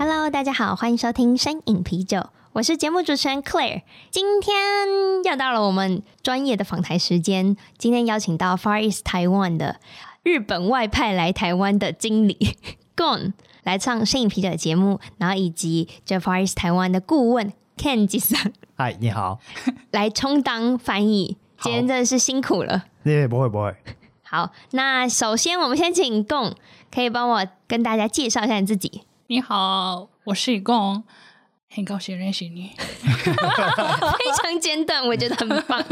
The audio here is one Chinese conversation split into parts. Hello，大家好，欢迎收听《山影啤酒》，我是节目主持人 Claire。今天又到了我们专业的访谈时间，今天邀请到 Far East Taiwan 的日本外派来台湾的经理 Gon 来上《山影啤酒》的节目，然后以及这 Far East 台湾的顾问 Ken j i s 嗨，你好。 来充当翻译。好今天真的是辛苦了。对，不会不会。好，那首先我们先请 Gon 可以帮我跟大家介绍一下你自己。你好，我是一共，很高兴认识你。、非常简短，我觉得很棒。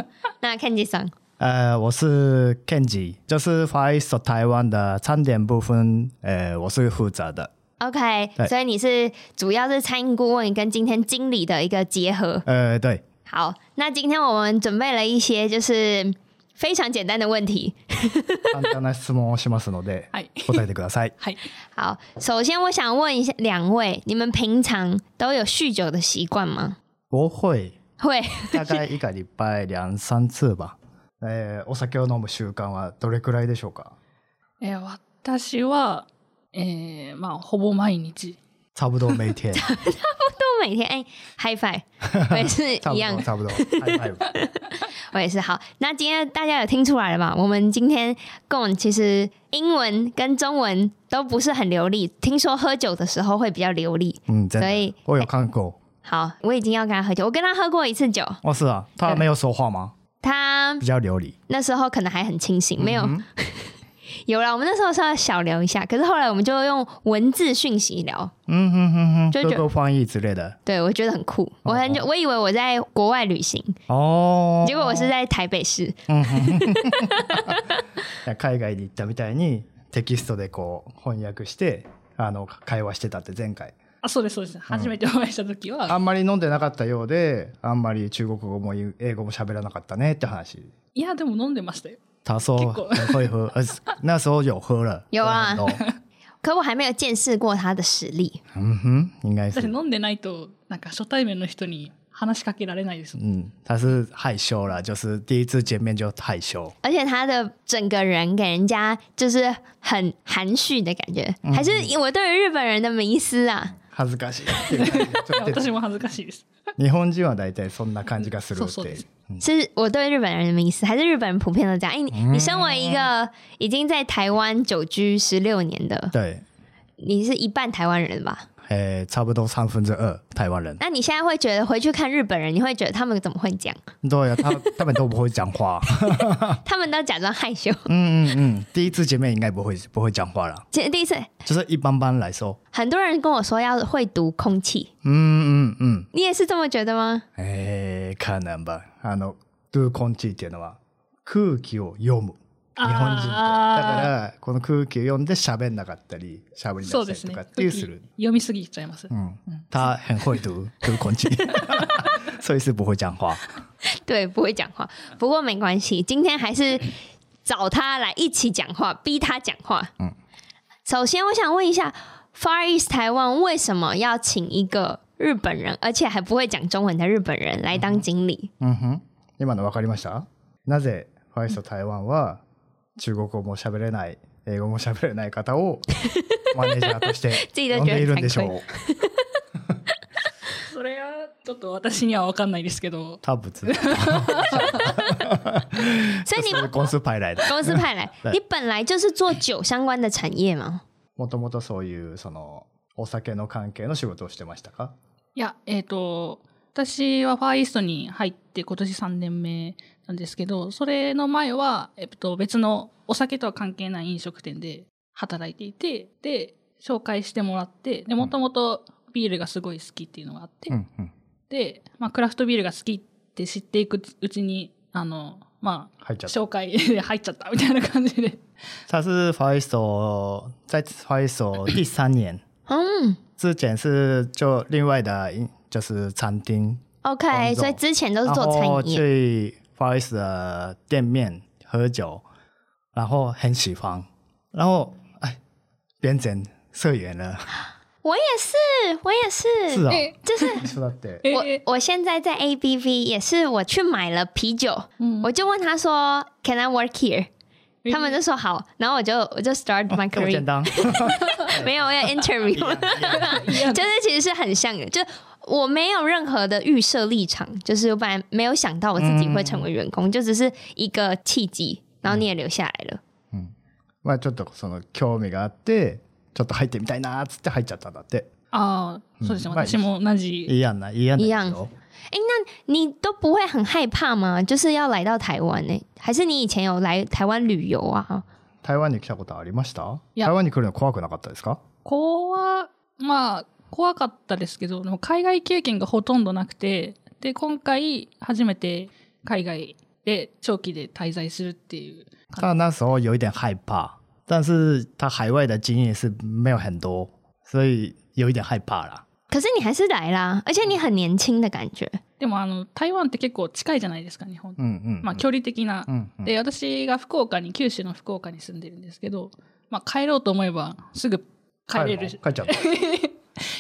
那看杰桑，呃，我是 Kenji，就是 Far East Taiwan 的餐点部分，呃，我是负责的。 OK，对所以你是主要是餐饮顾问跟今天经理的一个结合。呃，对，好，那今天我们准备了一些就是非常简单的问题。簡単な質問をしますの ではい答えてください。はい、好，首先我想问一下两位，你们平常都有酗酒的习惯吗？我会会，大概一个礼拜两三次吧。 えー、お酒を飲む習慣はどれくらいでしょうかえー私は、えーまあ、ほぼ毎日。差不多每天。都每天哎嗨 i g 我也是 差一不样多、差不多。はいはい。 我也是。好，那今天大家有听出来了吧？我们今天 Gon 其实英文跟中文都不是很流利，听说喝酒的时候会比较流利。嗯，真所的。以我有看过。好，我已经要跟他喝酒，我跟他喝过一次酒，哦，是啊。他没有说话吗他比较流利。那时候可能还很清醒，没有。嗯 有啦，我们那时候是要小聊一下，可是后来我们就用文字讯息聊。嗯哼哼哼。就觉得 Google 翻译之类的。对，我觉得很酷。我很久，我以为我在国外旅行，哦。结果我是在台北市。海外に行ったみたいにテキストでこう翻訳してあの会話してたって前回あ、そうです、そうです。初めてお会いした時あは、んまり飲んでなかったようであんまり中国語も英語も喋らなかったねって話いや、でも飲んでましたよ。他说結構会喝，呃，那时候有喝了，有啊喝很多可我还没有见识过他的实力。嗯哼，应该私是，飲んでないと、なんか初対面の人に話しかけられないですもん。嗯，他是害羞了，就是第一次见面就害羞，而且他的整个人给人家就是很含蓄的感觉，嗯还是我对于日本人的迷思啊。恥ずかしいっていう感じ。ちょっ と私も恥ずかしいです。日本人は大体そんな感じがするそうっそうてでいうす。。是我对日本人的迷思，还是日本人普遍都这样？哎，你你身为一个已经在台湾久居十六年的，对，你是一半台湾人吧？诶，差不多三分之二台湾人。那你现在会觉得回去看日本人，你会觉得他们怎么会讲？对啊，他他们都不会 讲话。他们都假装害羞。嗯嗯嗯，第一次见面应该不会不会讲话了，其实第一次，就是一般般来说。很多人跟我说要会读空气，嗯嗯嗯，你也是这么觉得吗？えー、可能吧。あの、do c o n t っていうのは空気を読む。日本人って。だあから、この空気を読んで喋んなかったり、喋りーそなさうでいすとね。かっていうする。読みすぎちゃいます。うん。他很会读 do c o n t 所以是不会讲话。 对，不会讲话。不过没关系，今天还是找他来一起讲话，逼他讲话。嗯嗯，首先我想问一下，Far East 台湾为什么要请一个日本人，而且还不会讲中文的日本人来当经理？うんふん今の分かりましたなぜファイスト台湾は中国語も喋れない英語も喋れない方 をマネージャーとして自己都呼ん觉でいる得んでし惭ょ愧。うそれは、ちょっと私には分かんないですけど、他不知道，所以你这 是公司派来的。公司派来，嗯对你本来就是做酒相关的产业吗？もともとそういうそのお酒の関係の仕事をしてましたか？いや、えっ、と、私はファーイーストに入って今年3年目なんですけど、それの前は、えっ、と、別のお酒とは関係ない飲食店で働いていて、で、紹介してもらって、で、もともとビールがすごい好きっていうのがあって、うんうん。で、まあ、クラフトビールが好きって知っていくうちに、あの、まあ、入っちゃった。紹介で入っちゃったみたいな感じで。他是 First 在 First 第三年嗯，之前是就另外的一，就是餐厅， OK，王总所以之前都是然做餐后饮业，去 Forest 的店面喝酒，然后很喜欢，然后哎，变成社员了，我也是，我也是，是啊、え就是そうだって。え我え我现在在 ABV 也是，我去买了啤酒，我就问他说 Can I work here？え他们就说好，然后我就 我就 start my 这么简 career，单，没有 要 interview，就是 其实是很像的，就我没有任何的预设立场，就是我本来没有想到我自己会成为员工，就只是一个契机，然后你也留下来了。 まあちょっとその興味があって、ちょっと入ってみたいなーっつって入っちゃったんだって。ああ、そうですね。うん私も同いじ。いやんな、いいやんな。いいやん你都不会很害怕吗？就是要来到台湾呢、欸还是你以前有来台湾旅游啊？台湾に来たことありましたいや台湾に来るの怖くなかったですか怖、まあ、怖かったですけど、でも海外経験がほとんどなくて、で、今回初めて海外で長期で滞在するっていう他感那时候有一点害怕，但是他海外的经验是没有很多，所以有一点害怕啦。可是你还是来啦，而且你很年轻的感觉。じ。でも、あの、台湾って結構近いじゃないですか、日本。うんうん。まあ、距離的なう。んうん、で、私が福岡に、九州の福岡に住んでるんですけど、まあ、帰ろうと思えばすぐ帰れる。帰っちゃった。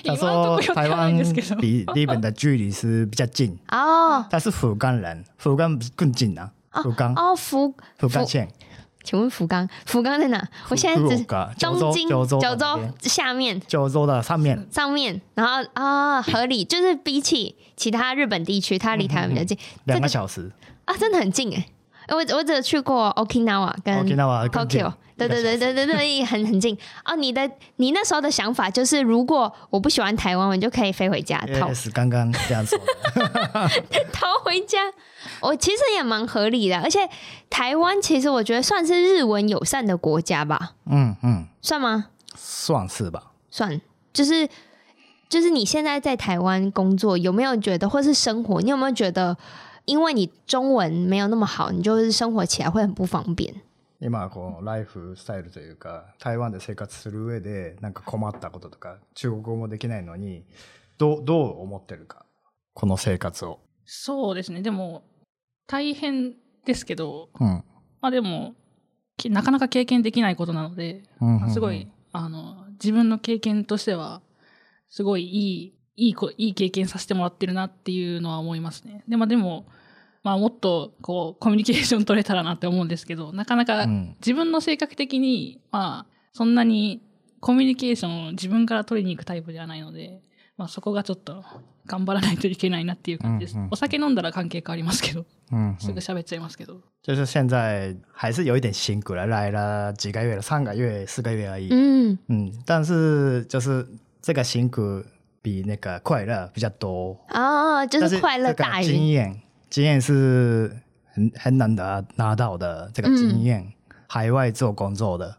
今他のと说こ寄って台な湾いんですけど。离日本的距离是比较近，哦他是福冈人，福冈更近啊。福冈，哦，福，福冈县，请问福冈，福冈在哪？我现在福只冈、九东州、京、九州、九州、下面、九州的上面。上面，然后啊、合理就是比起其他日本地区，它离台湾比较近两个小时，啊，真的很近哎、欸我我只有去过 Okinawa 跟 Okinawa 更近 Tokyo，对对对对对对，很很近哦。你的你那时候的想法就是，如果我不喜欢台湾，我就可以飞回家逃，yes，刚刚这样说的，逃回家，我其实也蛮合理的。而且台湾其实我觉得算是日文友善的国家吧，嗯嗯，算吗？算是吧。算，就是就是你现在在台湾工作，有没有觉得或是生活，你有没有觉得，因为你中文没有那么好，你就是生活起来会很不方便？今このライフスタイルというか台湾で生活する上でなんか困ったこととか中国語もできないのにどうどう思ってるかこの生活を、そうですね。でも、大変ですけど、うんまあでも、きなかなか経験できないことなので、うんまあすごい、あの、自分の経験としては、すごいいい、いいこ、いい経験させてもらってるなっていうのは思いますね。で、まあでも、まあもっと、こう、コミュニケーション取 れたらなって思うんですけど、なかなかうん自分の性格的に、まあ、そんなにコミュニケーションを自分から取りに行くタイプではないので、まあそこがちょっと頑張らないといけないなっていう感じです。うんうんうんお酒飲んだら関係変わりますけど、うんすぐ喋っちゃいますけど。就是现在还是有一点辛苦了，来了几个月了，三个月、四个月而已。嗯，嗯，但是就是这个辛苦比那个快乐比较多，哦，就但是快乐大这个经于验，经验是很很难得拿到的这个经验，海外做工作的，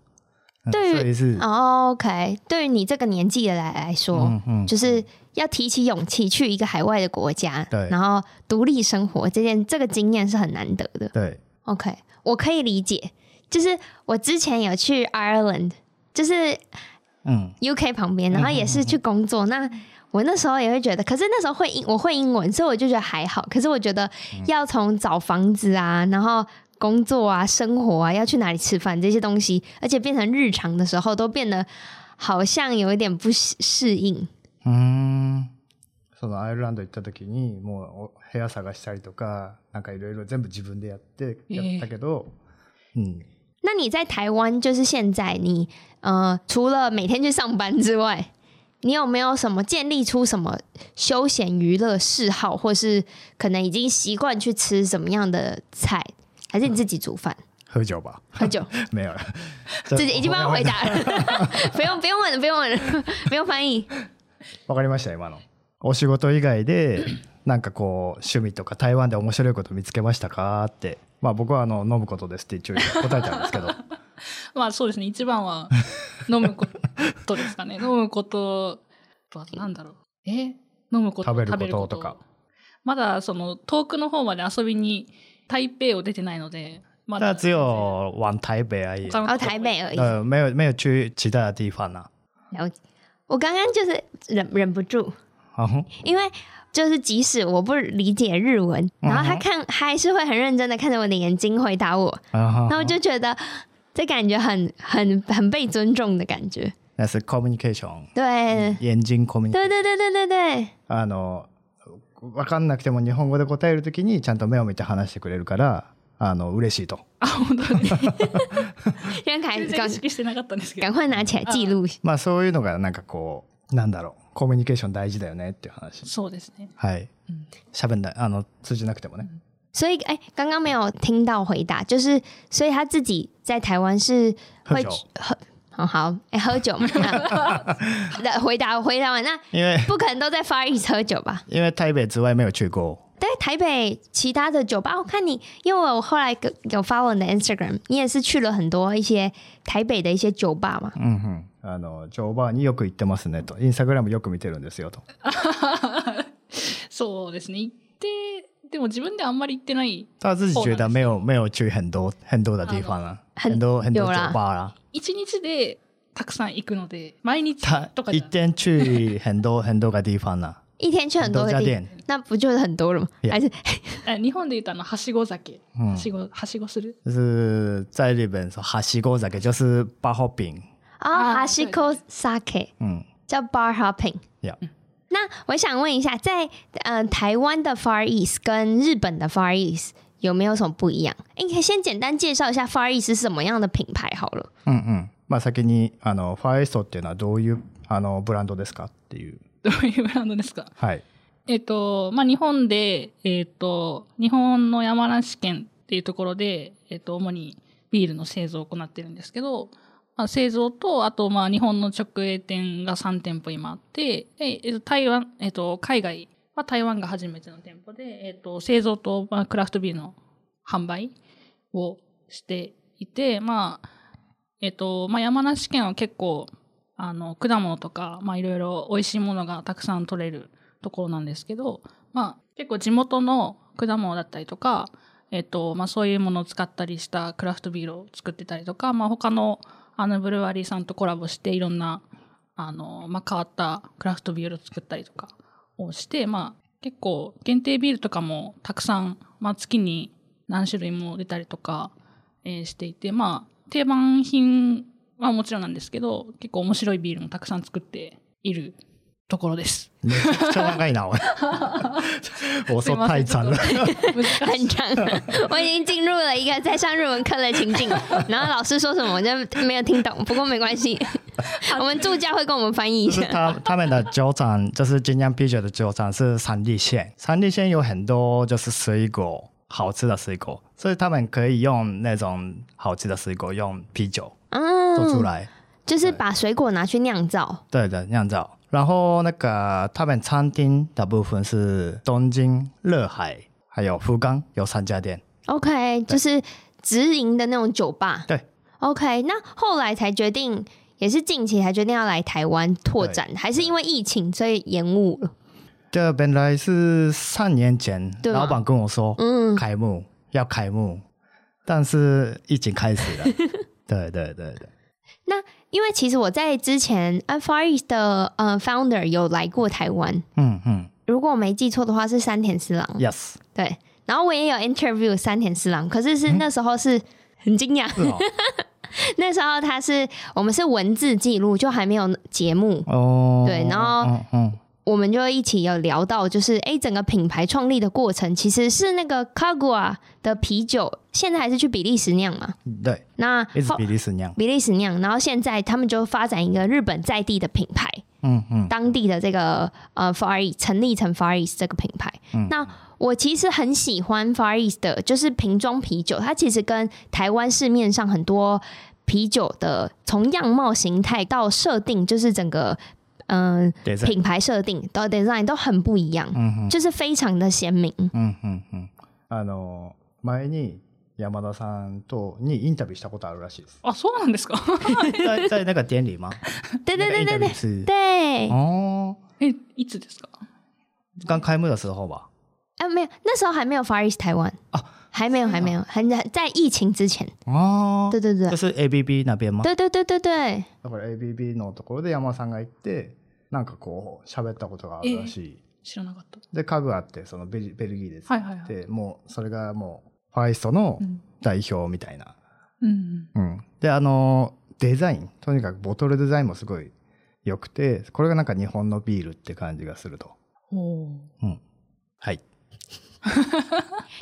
嗯对于所以是、哦 OK。对于你这个年纪的来来说，嗯嗯，就是要提起勇气去一个海外的国家，对然后独立生活这件这个经验是很难得的。对， OK，我可以理解。就是我之前有去 Ireland，就是嗯 UK 旁边，然后也是去工作。那我那时候也会觉得，可是那时候会英，我会英文，所以我就觉得还好。可是我觉得要从找房子啊，然后工作啊、生活啊，要去哪里吃饭这些东西，而且变成日常的时候，都变得好像有一点不适适应。嗯。そのアイルランド行った時にもうお部屋探したりとかなんかいろいろ全部自分でやってやったけど、うん、那你在台湾，就是现在你呃，除了每天去上班之外，你有没有什么建立出什么休闲娱乐嗜好，或是可能已经习惯去吃什么样的菜？还是你自己煮饭、喝酒吧喝酒？没有了，自己已经帮他回答了， 不用不用问了，不用问了， 没有翻译。 わかりました今の。お仕事以外でなんかこう趣味とか台湾で面白いこと見つけましたかって、まあ、僕はあの飲むことですって一応答えたんですけどまあそうですね。一番は飲むことですかね。 飲むこととは何だろう。え飲むこと食べることとか。まだその遠くの方まで遊びに台北を出てないので、ま那だ只有玩台北而已他哦然嗯后台北而已，呃没有没有去其他的地方啊了解。我刚刚就是忍忍不住，あほん因为就是即使我不理解日文，然后他看还是会很认真的看着我的眼睛回答我，あはん那我就觉得这感觉很很很被尊重的感觉。嗯 That's a communication. 对，エンジンコミュニケーシ对ョン。对对对对对，あの、わかんなくても日本語で答えるときにちゃんと目を見て話してくれるから、あの、嬉しいと。あ本当 に先赶全然赶意識してなかったんですけど赶快拿起来记录。まあそういうのがなんかこう、なんだろう、コミュニケーション大事だよねっていう話。そうですねはい。喋、んない、あの、通じなくてもね。所以，哎、刚刚没有听到回答，就是所以他自己在台湾是会喝酒去喝。哦、好，哎、喝酒嘛？那 回答回答完，那因为、不可能都在 Far East 喝酒吧？因为台北之外没有去过。但台北其他的酒吧，我看你，因为我后来有有 follow 你的 Instagram，你也是去了很多一些台北的一些酒吧嘛？うんうん。あの、ジョーバーによく行ってますねと。インスタグラムよく見てるんですよと。そうですね行ってでも自分であんまり行ってない他自己觉得そうなんですよ没有没有去很多很多的地方啊，很很多很多有酒啦吧啦，一日でたくさん行くので毎日他とか一じゃ天去很多很多个地方 啦，一天去很多多个家地店方，，那不就是很多了吗？ Yeah 还是 あ日本で言うとあのはしご酒嗯は，しごはしごする就是在日本说哈西锅仔，给就是八号饼，啊，啊哈西口 sake 嗯，叫 bar hopping。呀，那我想问一下，在呃台湾的 Far East 跟日本的 Far East 有没有什么不一样？诶你可以先简单介绍一下 Far East 是什么样的品牌好了。 嗯嗯，まあ先にあのファーエストっていうのはどういうあのブランドですかっていう、どういうブランドですかはい、えっ、と、まあ、日本で、えっ、と、日本の山梨県っていうところで、えっ、と、主にビールの製造を行ってるんですけど、まあ、製造と、あと、まあ、日本の直営店が3店舗今あって、でえっと台湾、えっ、と、海外は台湾が初めての店舗で、えっ、と、製造と、まあ、クラフトビールの販売をしていて、まあ、えっ、と、まあ、山梨県は結構、あの、果物とか、まあ、いろいろ美味しいものがたくさん取れるところなんですけど、まあ、結構地元の果物だったりとか、えっと、まあ、そういうものを使ったりしたクラフトビールを作ってたりとか、まあ、他の、あの、ブルワリーさんとコラボして、いろんな、あの、まあ、変わったクラフトビールを作ったりとかをして、まあ、結構、限定ビールとかもたくさん、まあ、月に何種類も出たりとか、えーしていて、まあ、定番品はもちろんなんですけど、結構面白いビールもたくさん作っているところです。めちゃくちゃ長いな、おい 我说太长了，難し很い。长，我已经进入了一个在上日文课的情境，然后老师说什么我就没有听懂，不过没关系，我们助教会跟我们翻译一就是下。他他们的酒厂，就是精酿啤酒的酒厂是三地县，三地县有很多就是水果，好吃的水果，所以他们可以用那种好吃的水果用啤酒做出嗯，来，就是把水果拿去酿造，对的酿造。然后那个他们餐厅的部分是东京、热海还有福冈有三家店， OK，就是直营的那种酒吧。对，OK，那后来才决定，也是近期才决定要来台湾拓展，还是因为疫情所以延误了。这本来是三年前对啊老板跟我说，嗯，开幕要开幕，但是疫情 开始了，对对对对。因为其实我在之前 f r e 的呃 founder 有来过台湾，嗯嗯如果我没记错的话是三田四郎， ，yes，对。然后我也有 interview 三田四郎，可是嗯是那时候是很惊讶，是哦， 那时候他是我们是文字记录，就还没有节目，哦，对然后嗯嗯，我们就一起有聊到，就是诶整个品牌创立的过程，其实是那个 Kagua 的啤酒，现在还是去比利时酿嘛。对，那一直后比利时酿，比利时酿，然后现在他们就发展一个日本在地的品牌，嗯嗯当地的这个呃 Far East 成立成 Far East 这个品牌。嗯那我其实很喜欢 Far East 的，就是瓶装啤酒，它其实跟台湾市面上很多啤酒的从样貌形态到设定，就是整个嗯。 ，design，品牌设定到 design 都很不一样，嗯嗯就是非常的鲜 明。嗯嗯嗯，あの前に山田さんとにインタビューしたことあるらし いですあ、そうなんですか在 在那个典礼吗？对 对对那个对 interview 对是对，哦，え、いつですか刚开幕的时候吧。啊没有，那时候还没有 Far East 台湾啊还没有还没有，很在疫情之前，哦对，对对就是 ABB 那边吗？对对对对对だから ABB のところで山田さんが行って、なんかこう喋ったことがあるらしい。知らなかった。で家具あってそのベルベルギーで作はいはいっはい。てもうそれがもうファイストのうん。代表みたいな。うん。うん、であのデザインとにかくボトルデザインもすごい良くてこれがなんか日本のビールって感じがすると。おはい。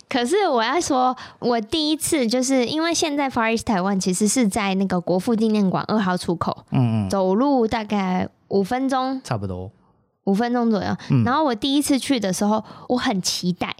可是我要说，我第一次就是因为现在 Far East 台湾其实是在那个国父纪念馆二号出口，うんうん。走路大概五分钟，差不多。五分钟左右。嗯然后我第一次去的时候，我很期待，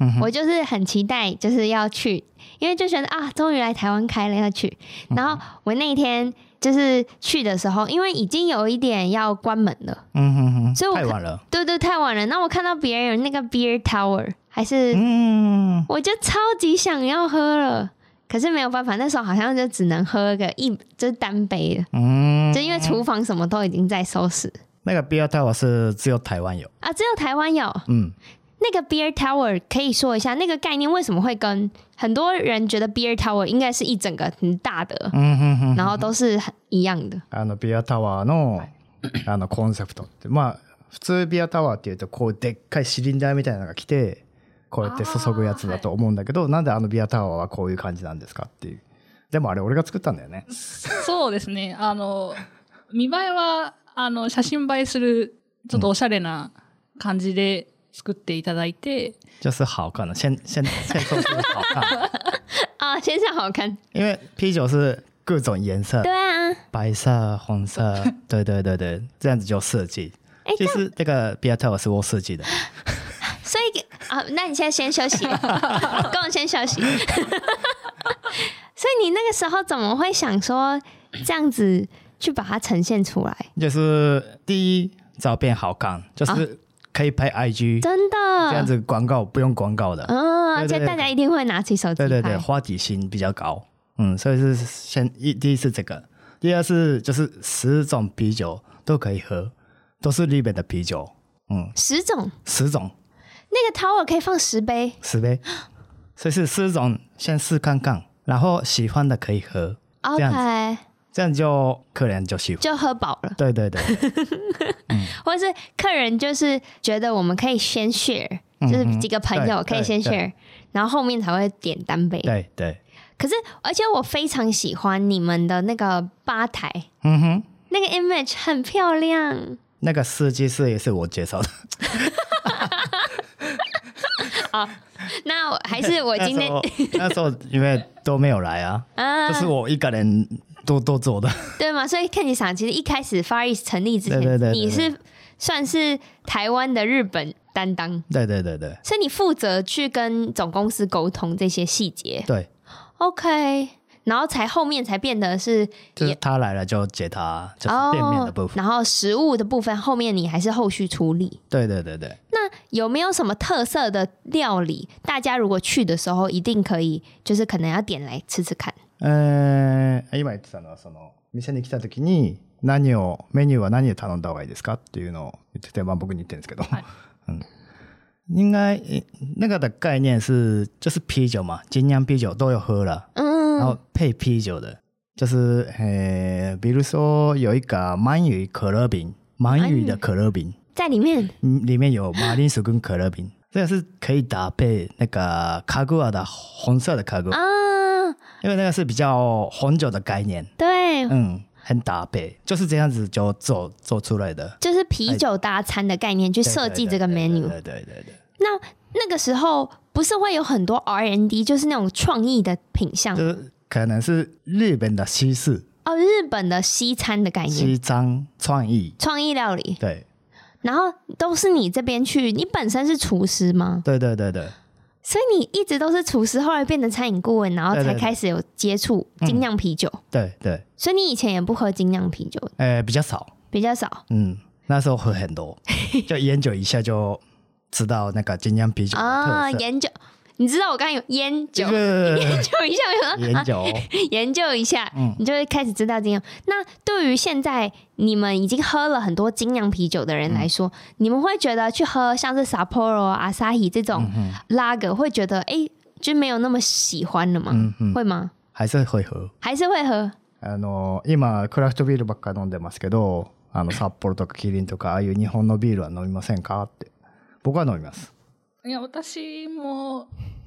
うんうん我就是很期待，就是要去，因为就觉得啊，终于来台湾开了要去。然后我那一天就是去的时候，因为已经有一点要关门了，うんうんうん。所以我台湾人。对对，太晚了。那我看到别人有那个 Beer Tower，还是、嗯うん。我就超级想要喝了，可是没有办法，那时候好像就只能喝个一，就是单杯的，うん。就因为厨房什么都已经在收拾那个 beer tower 是只有台湾有。啊，只有台湾有。うん。那个 beer tower 可以说一下那个概念为什么会跟很多人觉得 beer tower 应该是一整个很大的，うんうんうん。然后都是很一样 的。あのビアタワーのあのコンセプトってまあ普通ビアタワーっていうとこうでっかいシリンダーみたいなのが来てこうやって注ぐやつだと思うんだけどなんであのビアタワーはこういう感じなんですかっていうでもあれ俺が作ったんだよねそうですね。あの、見栄えは、あの、写真映えする、ちょっとおしゃれな感じで作っていただいて、就是好看的先先先说是好 看啊，先生好看，因为啤酒是各种颜色对啊，白色红色对对对对这样子就设计哎其实这个比亚特瓦是我设计的所以啊，那你现在先休 息，跟我先 休息。所以你那个时候怎么会想说这样子去把它呈现出来？就是第一照片好看就是可以拍 IG 真的，这样子广告不用广告的，嗯，而且对对对大家一定会拿起手机对对对，拍花底薪比较高，嗯，所以是先一第一是这个，第二是就是十种啤酒都可以喝，都是日本的啤酒，嗯，十种，十种那个 tower 可以放十杯，十杯，所以是十种先试看看，然后喜欢的可以喝，这样子 OK，这样就客人就喜欢，就喝饱了，对对对，或者是客人就是觉得我们可以先 share，、嗯就是几个朋友对可以先对对 share，然后后面才会点单杯。对对，可是，而且我非常喜欢你们的那个吧台，嗯哼，那个 image 很漂亮。那个设计师也是我介绍的，那我还是我那今时 天候那时候因为都没有来啊， 啊就是我一个人多多做的。 对嘛，所以看你想，其实一开始 Far East 成立之前，对对对对你是算是台湾的日本担当，对对对对所以你负责去跟总公司沟通这些细节。对， OK，然后才后面才变得是就是他来了就解他，就是店面的部分。哦然后食物的部分后面你还是后续处理。对对对对，那有没有什么特色的料理？大家如果去的时候一定可以，就是可能要点来吃吃看。えー今言ってたのはその店に来た時に何をメニューは何を頼んだ方がいいですかっていうのを言ってて、まあ僕に言ってるんですけど、 はい嗯，应该那个的概念是就是啤酒嘛，精酿啤酒都有喝了，然嗯后配啤酒 的，就是呃，比如说有一个鳗鱼可乐饼，鳗鱼的可乐饼。在里面嗯里面有马铃薯跟可乐饼，这个是可以搭配那个卡古尔的红色的卡古，啊，因为那个是比较红酒的概念，对，嗯，很搭配，就是这样子就做做出来的。就是啤酒搭餐的概念去去设计这个 menu。对对对对，那那个时候不是会有很多 R&D，就是那种创意的品相对就是可能是日本的西式哦，日本的西餐的概念，西装创意，创意料理。对然后都是你这边去，你本身是厨师吗？对对对对，所以你一直都是厨师，后来变成餐饮顾问，然后对对才对开始有接触嗯精酿啤酒。对对，所以你以前也不喝精酿啤酒，呃，比较少，比较少嗯，那时候喝 很多，就研究一下就知道那个精酿啤酒的啊。特色。研究，你知道我刚刚有烟酒，研 研究一下，我想说研究，研究一下，嗯你就会开始知道精酿。那对于现在你们已经喝了很多精酿啤酒的人嗯来说，你们会觉得去喝像是 Sapporo、Asahi 啊这种嗯拉格，会觉得哎、诶就没有那么喜欢了吗？嗯嗯，会吗？还是会喝。还是会喝？あの、今、クラフトビールばっかり飲んでますけど、あ の、札幌とかキリンとか、ああいう日本のビールは飲みませんかって。僕は飲みます。いや、私も、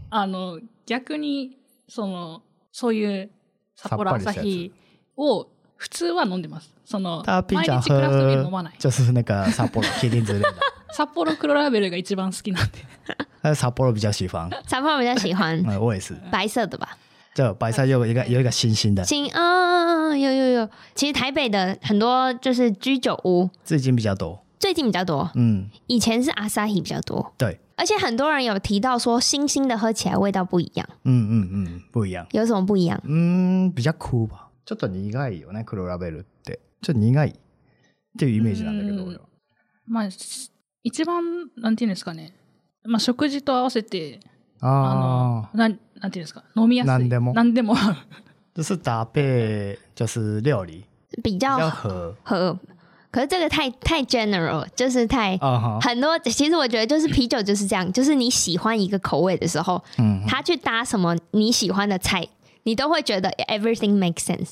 あの、逆に、その、そういう、札幌さっぱりした朝やつ日を、普通は飲んでます。その、ターピー毎ちゃん日クラフトビール飲 まない。就是那个札幌麒麟之类的，札幌黒ラベルが一番好きなんで。 但是札幌比较喜欢。裁判比较喜欢 嗯，我也是。白色的吧？就白菜又有一个有一个星星的，行啊、有有有，其实台北的很多就是居酒屋最近比较多。最近比较多，嗯，以前是阿萨希比较多，对，而且很多人有提到说星星的喝起来味道不一样，嗯嗯嗯，不一样。有什么不一样？嗯，比较苦吧。ちょっと苦いよね、黒ラベルって。ちょっと苦いっていうイメージなんだけど、うん俺はまあ、し一番、なんていうんですかね。まあ、食事と合わせて、ああの、なん、なんていうんですか。飲みやすい。何でも何でも。あ、就是搭配就是料理比比较较合喝，可是这个太太 general，了就是太。啊哈，很多其实我觉得就是啤酒就是这样，就是你喜欢一个口味的时候，嗯它去搭什么你喜欢的菜，你都会觉得 everything makes sense。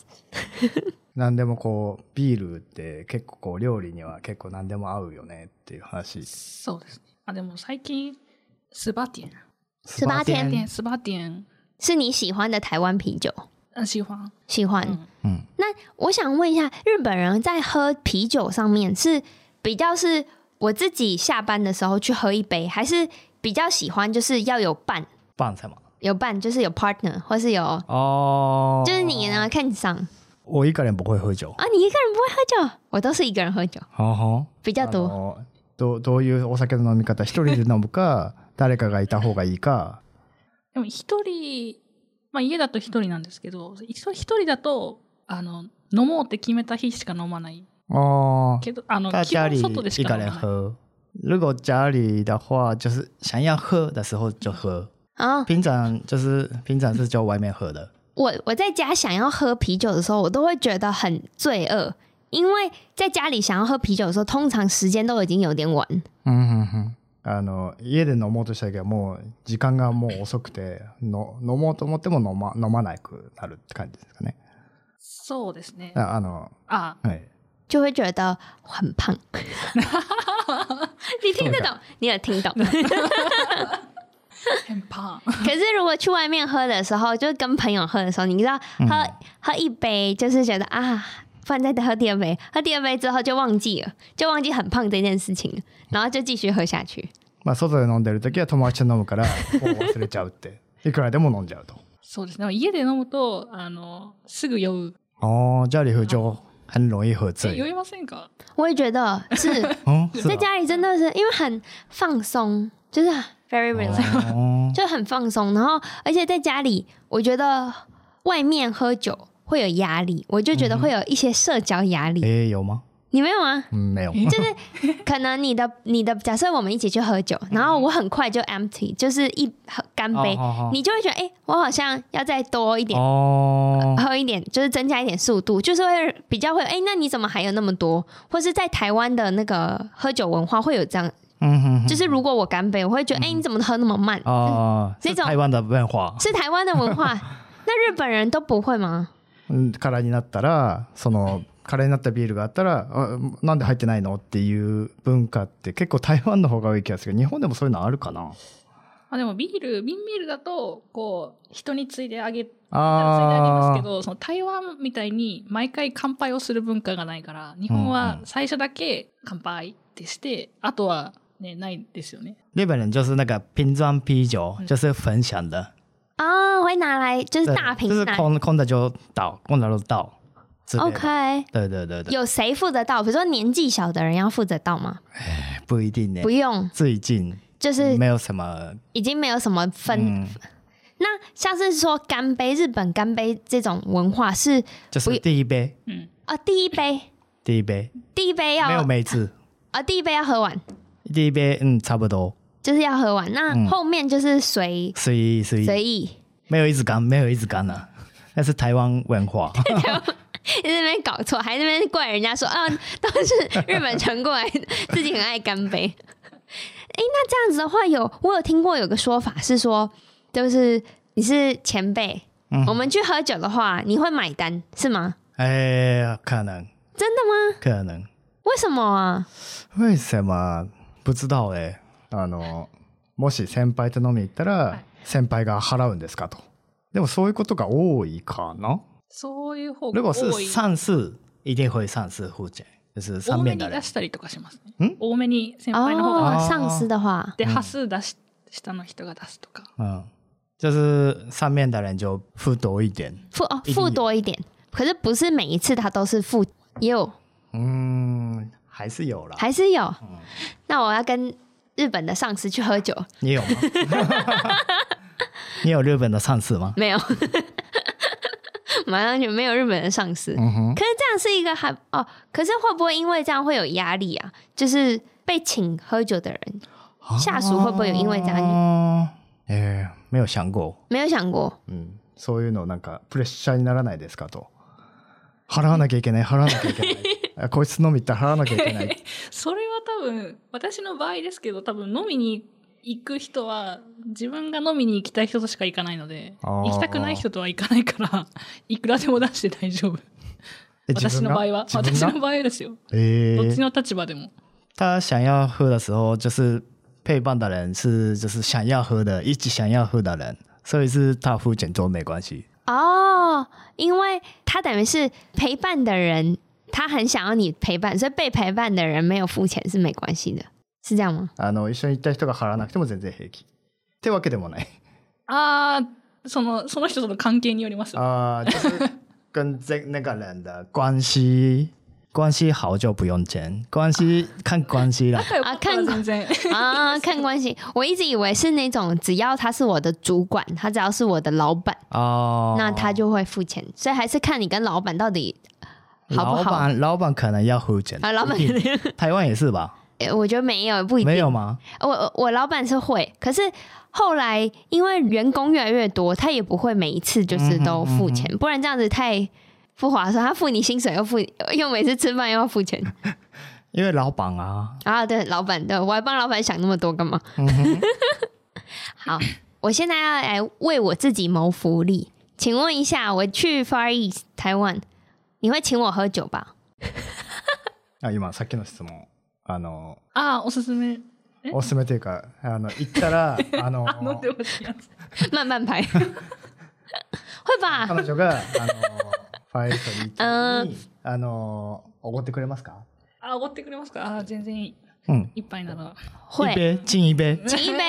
何でもこうビールって結構こう料理には結構何でも合うよねっていう話。そうですね。あ、でも最近、スバティエン。十八天ティエンスバティエン、是你喜欢的台湾啤酒，あ喜欢。喜欢。嗯嗯，那我想问一下，日本人在喝啤酒上面是比较是我自己下班的时候去喝一杯，还是比较喜欢就是要有伴，伴什么？有伴就是有 partner 或是有，哦，就是你呢看上啊我一个人不会喝酒。啊，你一个人不会喝酒，我都是一个人喝酒哦吼。比较多。あのどうどういうお酒の飲み方一人で飲むか誰かがいた方がいいかでも一人、まあ家だと一人なんですけど、一人一人だと、あの、飲もうって決めた日しか飲まない。哦，けど、あの、在基家本里外でし一か个飲人まない。喝。如果家里的话，就是想要喝的时候就喝。啊、平常就是平常是叫外面喝的。我我在家想要喝啤酒的时候，我都会觉得很罪恶，因为在家里想要喝啤酒的时候，通常时间都已经有点晚。うんうんうんあの家で飲もうとしたけどもう時間がもう遅くての飲もうと思っても飲ま飲まなくなるって感じですかね。そうですね。あああのあ、はい。就会觉得很胖。 你听得懂，你有 听懂。変パン。可是如果去外面喝的时候，就是跟朋友喝的时候，你知道喝、喝一杯，就是觉得啊，不然再喝第二杯，喝第二杯之后就忘记了，就忘记很胖这件事情了，然后就继续喝下去。まあ外で飲んでる時は友達と飲むからもう忘れちゃう って。いくらでも飲んじゃうと。そうですね。でも家で飲むと、あの、すぐ酔う。哦，这里喝酒很容易喝え酔醉。いませんか我也觉得是 嗯，是在吧？家里真的是因为很放松，就是 very relax，、哦，就很放松。然后而且在家里，我觉得外面喝酒会有压力，我就觉得会有一些社交压力。诶，有吗？你没有吗？嗯，没有。可能你的你的假设我们一起去喝酒，然后我很快就 empty，就是一喝干杯，嗯哦你就会觉得哎、诶我好像要再多一点。哦，喝一点就是增加一点速度，就是会比较会哎、诶那你怎么还有那么多？或是在台湾的那个喝酒文化会有这样，嗯哼，就是如果我干杯，我会觉得哎、诶你怎么喝那么慢？哦，这是种台湾的文化。是台湾的文 化，那日本人都不会吗？うん、空になったらその空になったビールがあったらあなんで入ってないのっていう文化って結構台湾の方が多い気がするけど日本でもそういうのあるかなあでもビール、瓶ビールだと、こう、人についであげ、ついでああげますけーど、その台湾みたいに毎回乾杯をする文化がないから、日本は最初だけ乾杯ってして、あとはね、ないですよね。日本人就是那个瓶装啤酒就是分享的啊、我会拿来就是对大就瓶是拿。空空的就倒空的就倒之类的 OK，对对对对有谁负责到？比如说年纪小的人要负责到吗？不一定呢不用，最近就是哎没有什么已经没有什么分。嗯那像是说干杯，日本干杯这种文化是就是第一杯うん。啊、第一 杯，第一杯第一杯没有要每次啊、第一杯要喝完，第一杯嗯差不多就是要喝完。嗯那后面就是随、随意随意随意，没有一直干没有一直干了那是台湾文化。 在那边搞错，还在那边怪人家说啊， 都是日本传过来的，自己很爱干杯。 哎、那这样子的话有我有听过有个说法是说，嗯就是你是前辈，我们去喝酒的话，你会买单是吗？哎，可能真的吗？可能，为什么啊？为什么不知道えあのもし先輩と飲みに行ったら先輩が払うんですかと。でもそういうことが多いかな。そういう方如が果是多い。上司，一定会上司互见，就是上多め面に的人出。したりとかしますんね。多めに先輩の方あがー出し哦，上司的话，て、端数出し、下の人が出すとか。嗯，就是上面的人就付多一点。付哦一定付有多一点，可是不是每一次他都是付，也有嗯，还是有啦，还是有。嗯那我要跟日本的上司去喝酒，你有吗？ 你有日本的上司吗？没有，马上就没有日本的上司。嗯哼，可是这样是一个还哦，可是会不会因为这样会有压力啊？就是被请喝酒的人，下属会不会有因为这样哦哎、没有想过。没有想过。うん、そういうのなんかプレッシャーにならないですかと払わなきゃいけない払わなきゃいけない あこいつ飲み行ったら払わなきゃいけないそれは多分、私の場合ですけど、多分飲みに行く人は、自分が飲みに行きたい人としか行かないので、あー行きたくない人とは行かないから、いくらでも出して大丈夫。え私の場合は。自分私がの場合ですよ。えどっーちの立場でも。他想要喝的时候就是配伴的人是就是想要喝的一起想要喝的人所以是他付钱都没关系哦，因为他等于是陪伴的人，他很想要你陪伴，所以被陪伴的人没有付钱是没关系的，是这样吗？あの一緒に行った人が払わなくても全然平気ってわけでもないああ、その、その人との関係によります。あー就是跟这那个人的关系 关系好就不用钱关系看关系啦仲良かったら全然。啊，看关系，我一直以为是那种只要他是我的主管，他只要是我的老板，哦那他就会付钱，所以还是看你跟老板到底好不老好。板，老板可能要付钱啊，老板一定台湾也是吧？诶 我觉得没有，不一定没有吗？我我我老板是会，可是后来因为员工越来越多，他也不会每一次就是都付嗯钱，不然这样子太不划算。他付你薪水又付，又每次吃饭又要付 钱因为老板啊，啊！对，老板，对我还帮老板想那么多干嘛？嗯 好，我现在要来为我自己谋福利。请问一下，我去 Far East 台湾，你会请我喝酒吧？あ今さっきの質問、あの ああ、おすすめ。えおすすめというか、あの行っ たらあの飲んでほしいやつ。慢慢排， 会吧？彼女があの ファイストに行った時にあのおごってくれますか？あ、おごってくれますかあー全然いい。うん。一杯なら。会。杯敬一杯。 请一杯，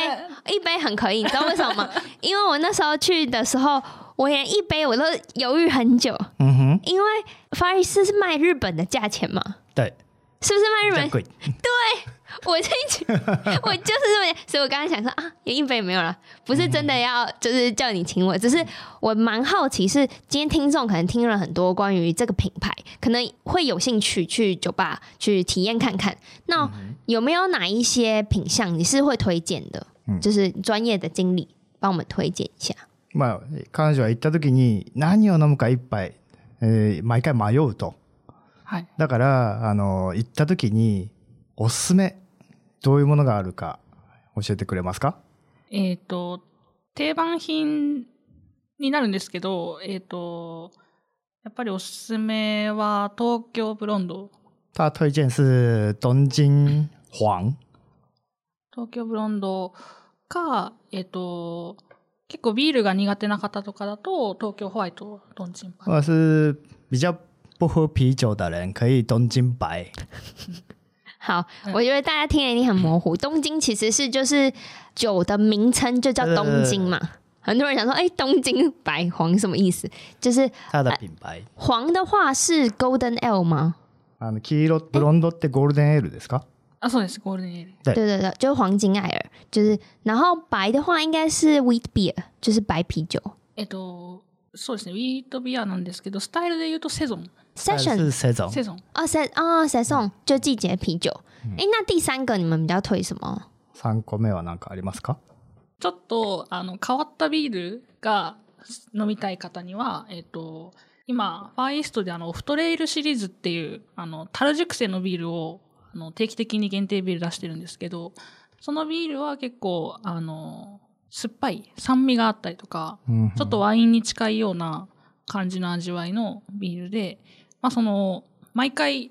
一杯很可以，你知道为什么吗？因为我那时候去的时候，我连一杯我都犹豫很久，嗯哼，因为 Far East 是卖日本的价钱嘛， 对，是不是卖日比本较？贵。 我这一群，我就是这么，所以我刚才想说啊，有一杯没有了，不是真的要，就是叫你请我，只是我蛮好奇是，今天听众可能听了很多关于这个品牌，可能会有兴趣去酒吧去体验看看。那有没有哪一些品相你是会推荐的？嗯就是专业的经理帮我们推荐一下。まあ彼女は行った時に何を飲むか一杯、えー毎回迷うと。はい。だから、あの、行った時に、おすすめ、どういうものがあるか、教えてくれますかえっ、と、定番品になるんですけど、えっ、と、やっぱりおすすめは東京ブロンド。他推荐是东京黄。東京ブロンドか、えっ、と、結構ビールが苦手な方とかだと、東京ホワイト、トンチンパン。我是比较不喝啤酒的人，可以东京白。好，我觉得大家听了一定很模糊。东京其实是就是酒的名称就叫东京嘛，很多人想说，哎、东京白黄什么意思？就是它的品牌，黄的话是 Golden Ale 吗？あの黄色ブロンドってゴールデンエールですか？あ、そうです、ゴールデンエール。对对对对，就是黄金艾尔，就是然后白的话应该是 Wheat Beer，就是白啤酒。えっ、と、そうですね、ウィートビアなんですけど、スタイルで言うとセゾン。 Session 是这种セゾン。哦 s e 哦 Session 就季节啤酒。哎、那第三个你们比较推什么？三個目は何かありますか？ちょっと、あの、変わったビールが飲みたい方には、えっ、と、今、ファーイーストであの、オフトレイルシリーズっていう、あの、樽熟成のビールを、あの、定期的に限定ビール出してるんですけど、そのビールは結構、あの、酸っぱい、酸味があったりとか、うんちょっとワインに近いような、感じの味わいのビールで、まあ、その毎回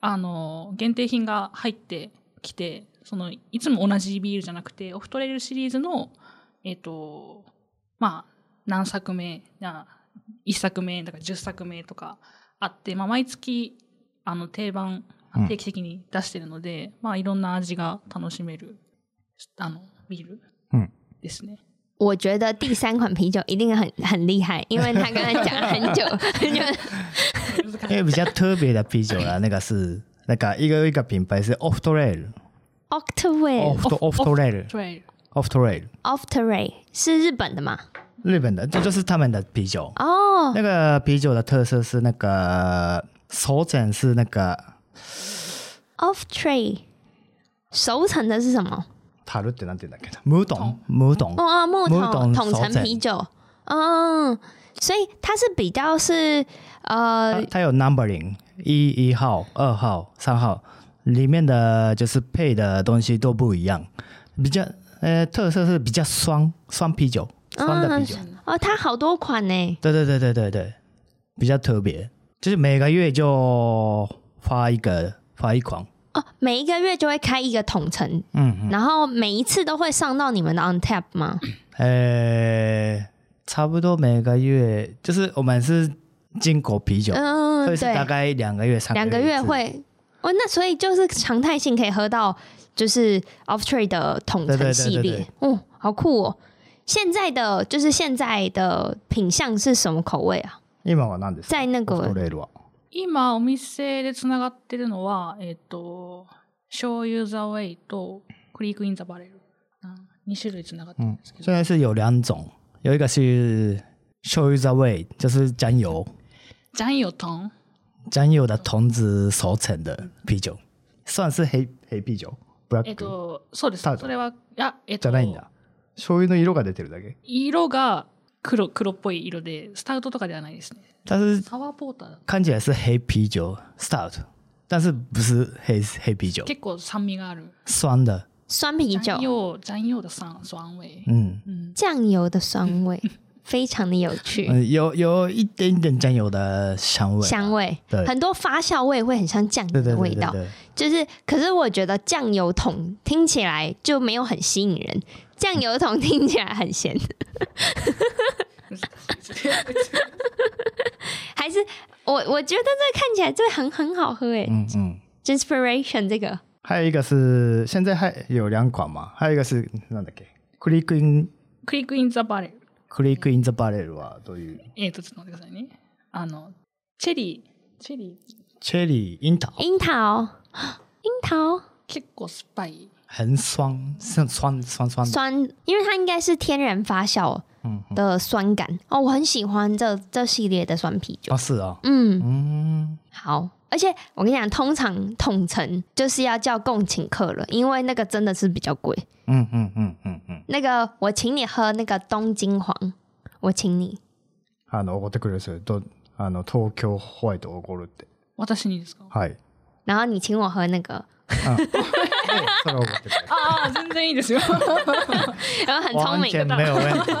あの限定品が入ってきてそのいつも同じビールじゃなくてオフトレールシリーズの、えっとまあ、何作目な1作目だから10作目とかあって、まあ、毎月あの定番うん定期的に出してるので、まあ、いろんな味が楽しめるあのビール嗯，ですね。我觉得第三款啤酒一定很很厉害，因为他刚才讲了很久， 就因为比较特别的啤酒啦，那个是那个一个一个品牌是 Off the Rail，Off Octave the 哎 Off the Rail，Off the 对 Rail， Off the Ray 是日本的嘛？日本的，这就是他们的啤酒。哦，那个啤酒的特色是那个手枕是那个 off tray 熟成的是什么？塔鲁点那点那个木桶木桶哦，哦，木木桶桶桶熟陈成啤酒，嗯，所以它是比较是它呃它有 numbering 一一号、二号、三号，里面的就是配的东西都不一样，比较呃特色是比较酸酸啤酒，酸的啤酒，哦，它好多款呢，对对对对对对，比较特别，就是每个月就发一个发一款，哦，每一个月就会开一个桶陈，嗯，然后每一次都会上到你们的 on tap 吗？呃，差不多每个月就是我们是进口啤酒，嗯，所以是大对，概两个月、三两个一月次会哦，那所以就是常态性可以喝到就是 off trade 的桶对对陈对系对列，哦，好酷哦！现在的就是现在的品相是什么口味啊？今は何ですか在那オフ个トレイルは今お店でつながってるのはえっ、と「醤油ザウェイ」と「クリークインザバレル」2種類つながってるんですけど、现在是有两种，有一个是 show the way，就是酱油ジャンヨトン酱油的桶子熟成的啤酒，算是黑黑啤酒え black。っ、とそうですタートそれはいやえっ、じゃとないんだ。醤油の色が出てるだけ。色が黒黒っぽい色でスタウトとかではないですね但是サワーポーターだ看起来是黑啤酒 stout，但是不是黑黑啤酒，結構酸味がある酸的。酸啤ジャン酒，ヨジャンヨ的酸酸味、嗯うん、酱油的酸味，非常的有趣，嗯，有有一点点酱油的香 味啊。香味对很多发酵味会很像酱油对对的对味对道，对。就是可是我觉得酱油桶听起来就没有很吸引人，酱油桶听起来很咸， 还是我我觉得这看起来这很很好喝哎、嗯嗯。 j i n s p i r a t i o n 这个还有一个是现在还有两款嘛，还有一个是なんだっけ？Click in クリークインザバレル Click in the barrel はどういう？えっ、とちょっと待ってくださいねあのチェリーチェリーチェリー、樱桃樱桃， 樱桃結構酸っぱい很酸，像酸酸酸的，酸，因为它应该是天然发酵嗯，嗯的酸感哦，我很喜欢这这系列的酸啤酒啊，是啊，嗯，嗯，好。而且我跟你讲，通常统称就是要叫共请客了，因为那个真的是比较贵。嗯嗯嗯嗯嗯，那个我请你喝那个东京黄，我请你。あの怒ってくるんですよ。どあの東京ホワイト怒るって、私にですか はい。然后你请我喝那个，あええそれは怒ってくる。ああ、全然いい ですよ。然 后很聪完明，全没有问题。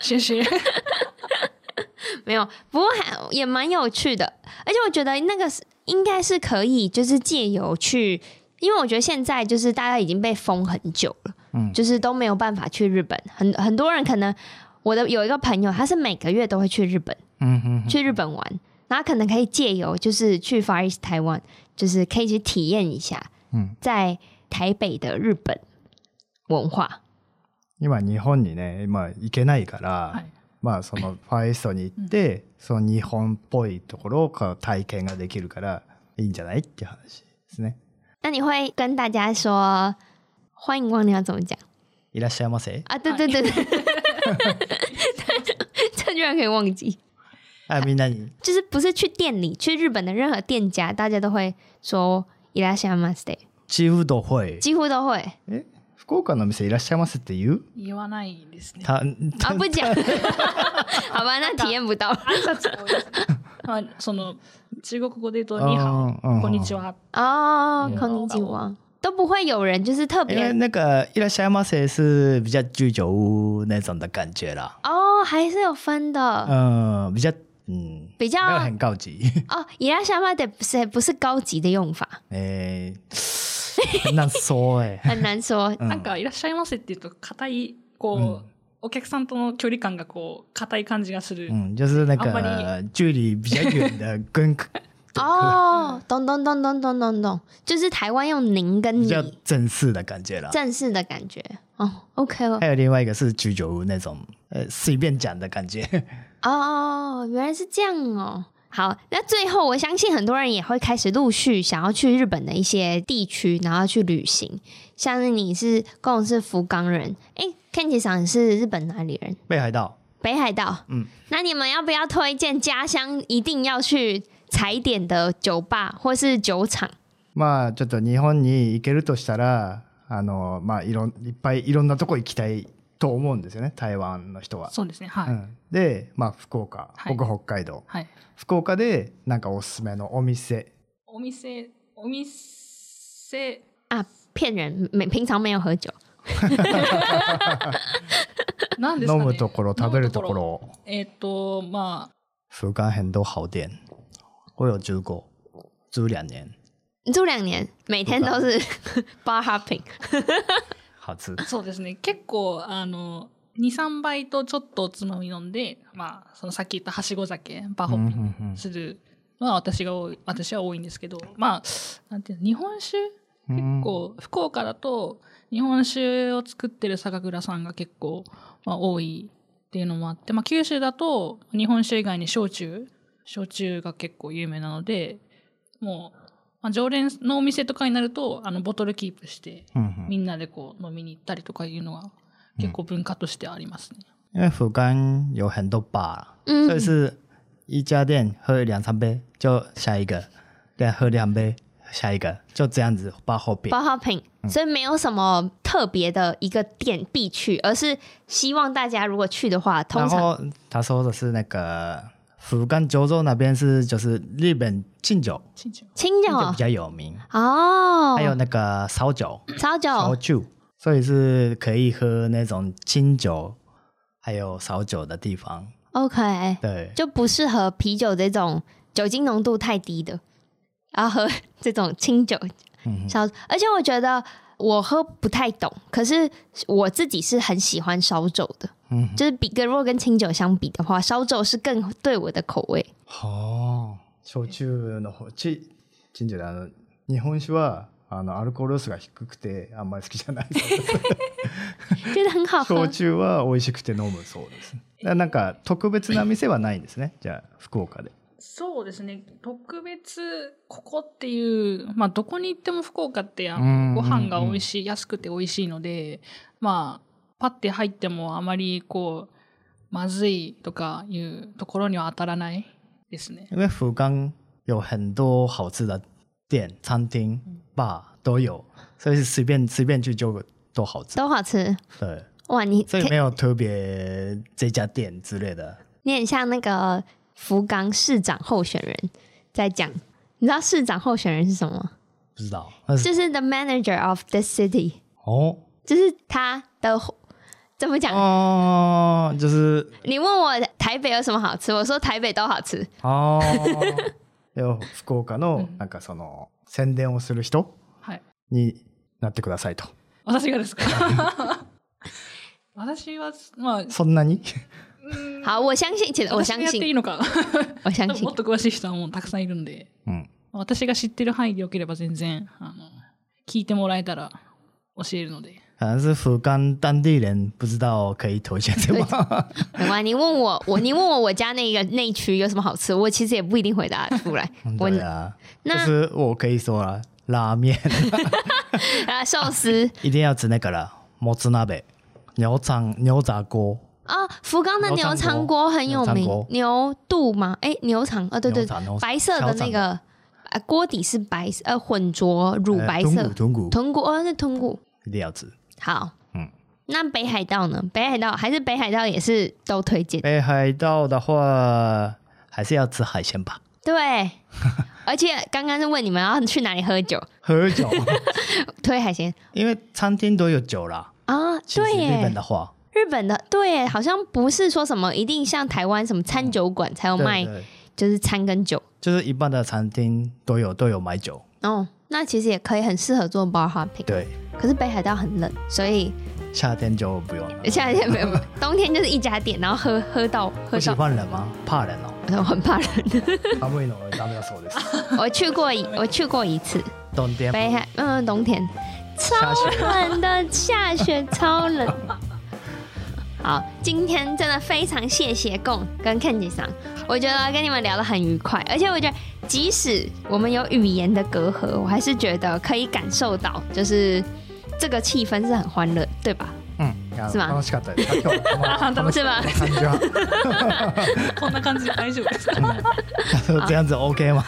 谢谢。没有，不过还也蛮有趣的，而且我觉得那个是应该是可以，就是借由去，因为我觉得现在就是大家已经被封很久了，嗯就是都没有办法去日本，很很多人可能我的有一个朋友，他是每个月都会去日本，嗯嗯嗯去日本玩，然后可能可以借由就是去 Far East Taiwan，就是可以去体验一下嗯。在台北的日本文化，今日本にね、今行けないから、はいまあそのファーイストに行って、その日本っぽいところをこう体験ができるからいいんじゃないっていう話ですね。那你会跟大家说欢迎光临要怎么讲？いらっしゃいませ。啊，对对对对， 这居然可以忘记，あ、みんなに。就是不是去店里，去日本的任何店家，大家都会说“いらっしゃいませチーフドホイ”，。几乎都会啊え、福岡の店いらっしゃいませって言う？言わないですね。た、啊，不讲， 好吧，那体验不到挨拶が多いですね。まあ、その中国語で言うあと、ーにはうんうんこんにちは。哦嗯，空灵之王都不会有人就是特因别为那个いらっしゃいませ是比较居酒屋那种的感觉啦。哦，哦，还是有分的。嗯，比较嗯，比较没有很高级，哦，伊拉下巴的不是不是高级的用 法，诶、很难说诶、很难说。嗯なんか、いらっしゃいませって言うと、硬い、こう、うんお客さんとの距離感がこう、硬い感じがする。嗯，就是那啊不个然距离比较远的跟哦，懂懂懂懂懂懂懂，就是台湾用您跟比你较正式的感觉了。正式的感觉。哦，OK 哦还，有另外一个是居酒屋那种，呃，随便讲的感 觉。哦，原来是这样哦。好，那最后我相信很多人也会开始陆续想要去日本的一些地区，然后去旅行。像是你是跟我是福冈人，哎，Kenji 桑是日本哪里人？北海道，北海道。嗯，那你们要不要推荐家乡一定要去踩点的酒吧或是酒厂？まあちょっと日本に行けるとしたら、あのまあいろんいっぱいいろんなとこ行きたいと思うんですよね。台湾の人は。そうですね。はい。うん、で、まあ福岡、はい僕北海道、はい。福岡でなんかおすすめのお店。お店、お店、啊，骗人，没平常没有喝酒。なんですか飲ね。むところ、食べるとこ。ろ、えっ、と、まあ、福冈很多好店。我有住过，住两年，你住两年，每天都是 bar hopping。好吃。そうですね。結構、あの、2、3杯とちょっとおつまみ飲んで、まあ、そのさっき言ったはしご酒、バーホッピングうんうんうんするのは私が多い、私は多いんですけど、まあ、なんていうの日本酒嗯結構、福岡だと日本酒を作ってる酒蔵さんが結構、まあ、多いっていうのもあって、まあ、九州だと日本酒以外に焼酎焼酎が結構有名なのでもう、まあ、常連のお店とかになるとあのボトルキープしてうんうんみんなでこう飲みに行ったりとかいうのが結構文化としてありますね。因为福冈有很多 bar，、嗯所以是一家店喝两三杯就下一个，再喝两杯下一个，就这样子 bar hopping。包好品，嗯所以没有什么特别的一个店必去，而是希望大家如果去的话，通然常后他说的是那个福冈九州那边是就是日本清酒，清酒清酒清酒比较有名，哦，还有那个烧酒，烧烧酒酒，所以是可以喝那种清酒还有烧酒的地方。 ，OK，对，就不适合啤酒这种酒精浓度太低的，然后喝这种清酒嗯哼烧，而且我觉得我喝不太懂，可是我自己是很喜欢烧酒的，嗯哼，就是比跟如果跟清酒相比的话，烧酒是更对我的口味。はあ焼酎の方ちチンジュであの日本酒はあのアルコール数が低くてあんまり好きじゃないそうです觉得很好喝焼酎は美味しくて飲むそうですななんか特別な店はないんですねじゃあ福岡でそうですね特別ここっていう、まあ、どこに行っても福岡ってあうんうんうんのご飯が美味しい安くて美味しいのでまあパッて入ってもあまりこうまずいとかいうところには当たらないですね。因为福冈有很多好吃的店餐厅 bar 都有所以是随便随便去就都好吃都好吃对哇！你所以没有特别这家店之类的你很像那个福冈市长候选人在讲，你知道市长候选人是什么吗？不知道但是就是 the manager of the city，哦就是他的怎么讲？哦就是你问我台北有什么好吃，我说台北都好吃。あ あ。でも福岡のなんかその宣伝をする人はい、になってくださいと。私がです か私は、まあ、そんなに？好，我相信，其实我私が相やっていい信，のか我相信 もっと詳しい人はもうたくさんいるんでうん。私が知ってる範囲でよければ全然あの聞いてもらえたら教えるので。可能是福冈当地人不知道可以投些什 么。。没关系。你问我，我你问我我家那个内区有什么好吃，我其实也不一定回答得出来 我对啊，就那是我可以说了，拉面啊寿司。一定要吃那个了，もつ鍋、牛肠、牛杂锅、啊，福冈的牛牛肠肠锅锅很有牛肠名锅，牛肚嘛，哎，牛肠啊，对对牛肠牛，肠白色小的肠那个啊，锅底是白色，呃，混浊乳呃白豚色骨、豚骨豚骨哦，那豚骨一定要吃。好，嗯嗯，那北海道呢？北海道还是北海道也是都推荐，北海道的话，还是要吃海鲜吧。对， 而且刚刚是问你们要去哪里喝酒，喝酒，推海鲜因为餐厅都有酒啦。啊，其实对日本耶，的话，日本的对，好像不是说什么一定像台湾什么餐酒馆才有对卖，对就是餐跟酒。就是一般的餐厅都有都有买酒，哦，那其实也可以很适合做 bar hopping。对，可是北海道很冷，所以夏天就不用了。夏天没有，冬天就是一家店，然后喝喝到喝不喜到，欢人吗？怕人哦。我很怕冷。 寒いのはダメだそうです。我去过一我去过一次冬天北海，嗯，冬天下雪。冷的下雪超冷。好，今天真的非常谢谢贡跟 Kenji 桑，我觉得跟你们聊得很愉快，而且我觉得即使我们有语言的隔阂，我还是觉得可以感受到，就是这个气氛是很欢乐，对吧？嗯、いやすまん楽しかったです。今日はこの楽し是吧？感じは。こんな感じで大丈夫ですか嗯这样子 OK 吗？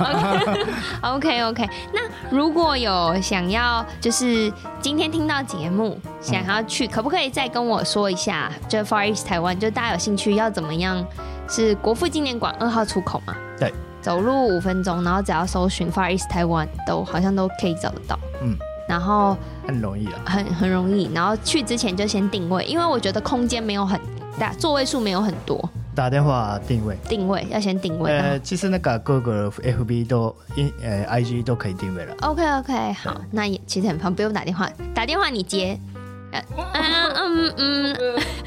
OK OK，那如果有想要就是今天听到节目嗯想要去，可不可以再跟我说一下？就 Far East 台湾，就大家有兴趣要怎么样？是国父纪念馆二号出口嘛？对，走路五分钟，然后只要搜寻 Far East 台湾，都好像都可以找得到。嗯，然后很容易啦。很很容易，然后去之前就先定位，因为我觉得空间没有很大，座位数没有很多，打电话定位。定位要先定位。然后呃，其实那个 Google、FB 都、in- 呃 IG 都可以定位了。 OK OK，好，那也其实很方便，不用打电话，打电话你接。呃嗯嗯嗯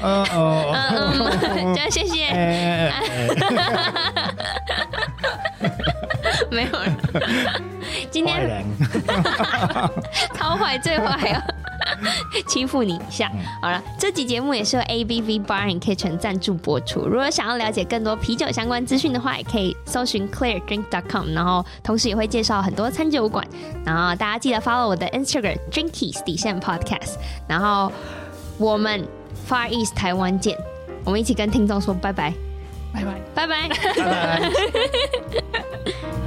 嗯嗯嗯嗯，就谢谢，嗯。没有了。今坏天人，超坏最坏哦，欺负你一下。好了，这期节目也是由 ABV Bar and Kitchen 赞助播出。如果想要了解更多啤酒相关资讯的话，也可以搜寻 cleardrink.com，然后同时也会介绍很多餐酒馆。然后大家记得 follow 我的 Instagram Drinkies 底线 Podcast。然后我们 Far East 台湾见，我们一起跟听众说拜拜，バイバイ。拜拜。拜拜。